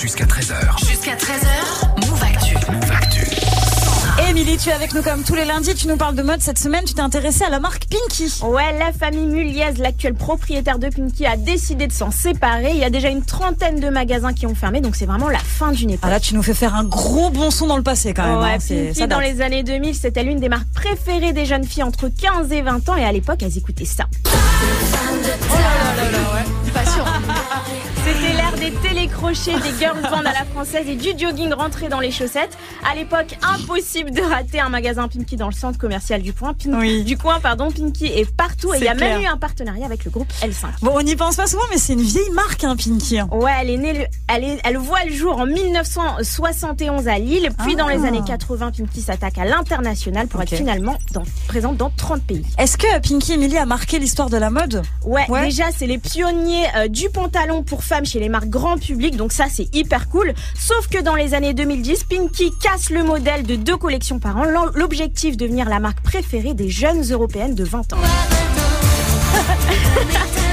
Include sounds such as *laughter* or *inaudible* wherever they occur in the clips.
jusqu'à 13h. Jusqu'à 13h, Move Actu. Move Actu. Émilie, tu es avec nous comme tous les lundis, tu nous parles de mode cette semaine, tu t'es intéressée à la marque Pinky. Ouais, la famille Muliez, l'actuel propriétaire de Pinky, a décidé de s'en séparer. Il y a déjà une trentaine de magasins qui ont fermé, donc c'est vraiment la fin d'une époque. Ah là, tu nous fais faire un gros bon son dans le passé quand même. Ouais, hein, c'est- Pinky, ça dans date. les années 2000, c'était l'une des marques préférées des jeunes filles entre 15 et 20 ans, et à l'époque, elles écoutaient ça. C'était l'ère des télécrochets, des girl bands à la française et du jogging rentré dans les chaussettes. À l'époque, impossible de rater un magasin Pinky dans le centre commercial du, point, Pin- Oui. du coin. Pardon, Pinky est partout et il y a C'est clair. même eu un partenariat avec le groupe L5. Bon, on n'y pense pas souvent, mais c'est une vieille marque, hein, Pinky. hein. Ouais, elle est née, le- elle, est- elle voit le jour en 1971 à Lille, puis dans les années 80, Pinky s'attaque à l'international pour Ah. Ok. être finalement dans- présente dans 30 pays. Est-ce que Pinky Emily a marqué l'histoire de la mode Ouais, Ouais. déjà, c'est les pionniers euh, du pantalon pour femmes chez les marques grand public, donc ça, c'est hyper cool. Sauf que dans les années 2010, Pinky casse le modèle de deux collections par an, l'en- l'objectif devenir la marque préférée des jeunes européennes de 20 ans. *laughs*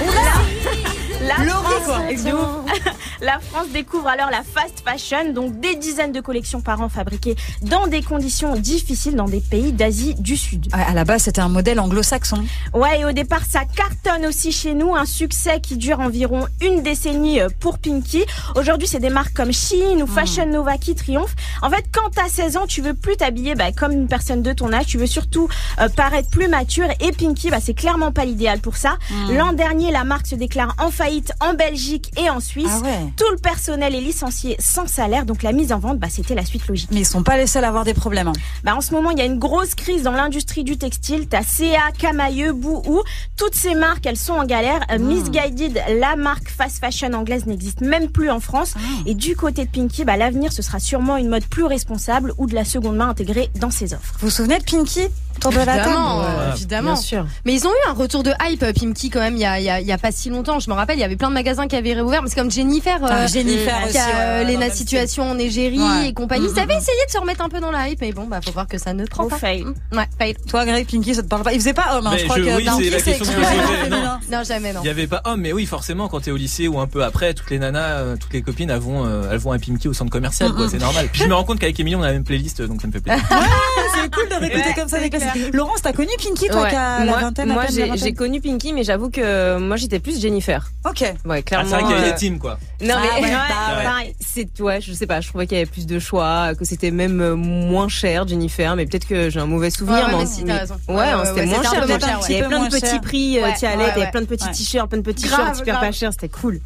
La France, de ouf. *laughs* la France découvre alors la fast fashion, donc des dizaines de collections par an fabriquées dans des conditions difficiles dans des pays d'Asie du Sud. Ouais, À la base, c'était un modèle anglo-saxon. Ouais, et au départ, ça cartonne aussi chez nous, un succès qui dure environ une décennie euh, pour Pinky. Aujourd'hui, c'est des marques comme Shein Hmm. ou Fashion Nova qui triomphent. En fait, quand t'as 16 ans, tu veux plus t'habiller bah, comme une personne de ton âge, tu veux surtout euh, paraître plus mature, et Pinky, bah, c'est clairement pas l'idéal pour ça. Hmm. L'an dernier, la marque se déclare en faillite en Belgique et en Suisse. Ah ouais. Tout le personnel est licencié sans salaire, donc la mise en vente, bah, c'était la suite logique. Mais ils sont pas les seuls à avoir des problèmes. hein. Bah, en ce moment, il y a une grosse crise dans l'industrie du textile. T'as CA, Camailleux, Bouhou. Toutes ces marques, elles sont en galère. Euh, Misguided, la marque fast fashion anglaise n'existe même plus en France. Et du côté de Pinky, bah, l'avenir, ce sera sûrement une mode plus responsable ou de la seconde main intégrée dans ses offres. Vous vous souvenez de Pinky autour de la table Évidemment, euh, évidemment. Mais ils ont eu un retour de hype, euh, Pimki, quand même, il y a, il y a- il y a pas si longtemps. Je me rappelle, il y avait plein de magasins qui avaient réouvert. Mais c'est comme Jennifer, euh, Ah, Jennifer qui a aussi, ouais, euh, ouais, dans le Lena même Situation en Égérie Ouais. Mm, et compagnie. Ils avaient essayé de se remettre un peu dans la hype, mais bon, bah faut voir que ça ne prend Gros pas. fail. Mm, Ouais, fail. Toi, Greg, Pinky, ça te parle pas. Il faisait pas homme, hein. Mais je crois je- que oui, Pinky, c'est la question que je exclusivement me posais, féminin. Non, jamais, non. Il n'y avait pas homme, mais oui, forcément, quand t'es au lycée ou un peu après, toutes les nanas, euh, toutes les copines, elles vont, euh, elles vont à Pimki au centre commercial, Mm, quoi, c'est normal. Puis je me rends compte qu'avec Émilie, on a la même playlist, donc ça me fait plaisir. C'est cool de réécouter comme ça des classiques. Laurence, t'as connu Pinky, toi, Ouais. qui a la moi, vingtaine à moi, peine, la j'ai vingtaine j'ai connu Pinky, mais j'avoue que euh, moi j'étais plus Jennifer. Ok. Ouais, Ah, c'est clairement. vrai qu'il y a euh, des teams, quoi. Non mais Ah *laughs* ouais, bah ouais. pareil. c'est ouais, je sais pas. Je trouvais qu'il y avait plus de choix, que c'était même euh, moins cher Jennifer, mais peut-être que j'ai un mauvais Ouais, souvenir. ouais, mais mais aussi- si, mais- t'as raison. Ouais, Ouais, hein, ouais, c'était ouais, moins c'était un cher. peu Jennifer. moins cher, ouais. Il y avait Un plein de peu moins petits cher. prix. Ouais, euh, T'y allais, ouais, t'avais ouais. plein de petits Ouais. t-shirts, plein de petits Grave, shorts hyper grave. pas chers. C'était cool.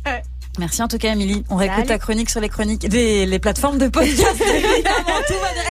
Merci en tout cas, Émilie. On réécoute Salut. ta chronique sur les chroniques des les plateformes de podcast. évidemment. Tout va bien.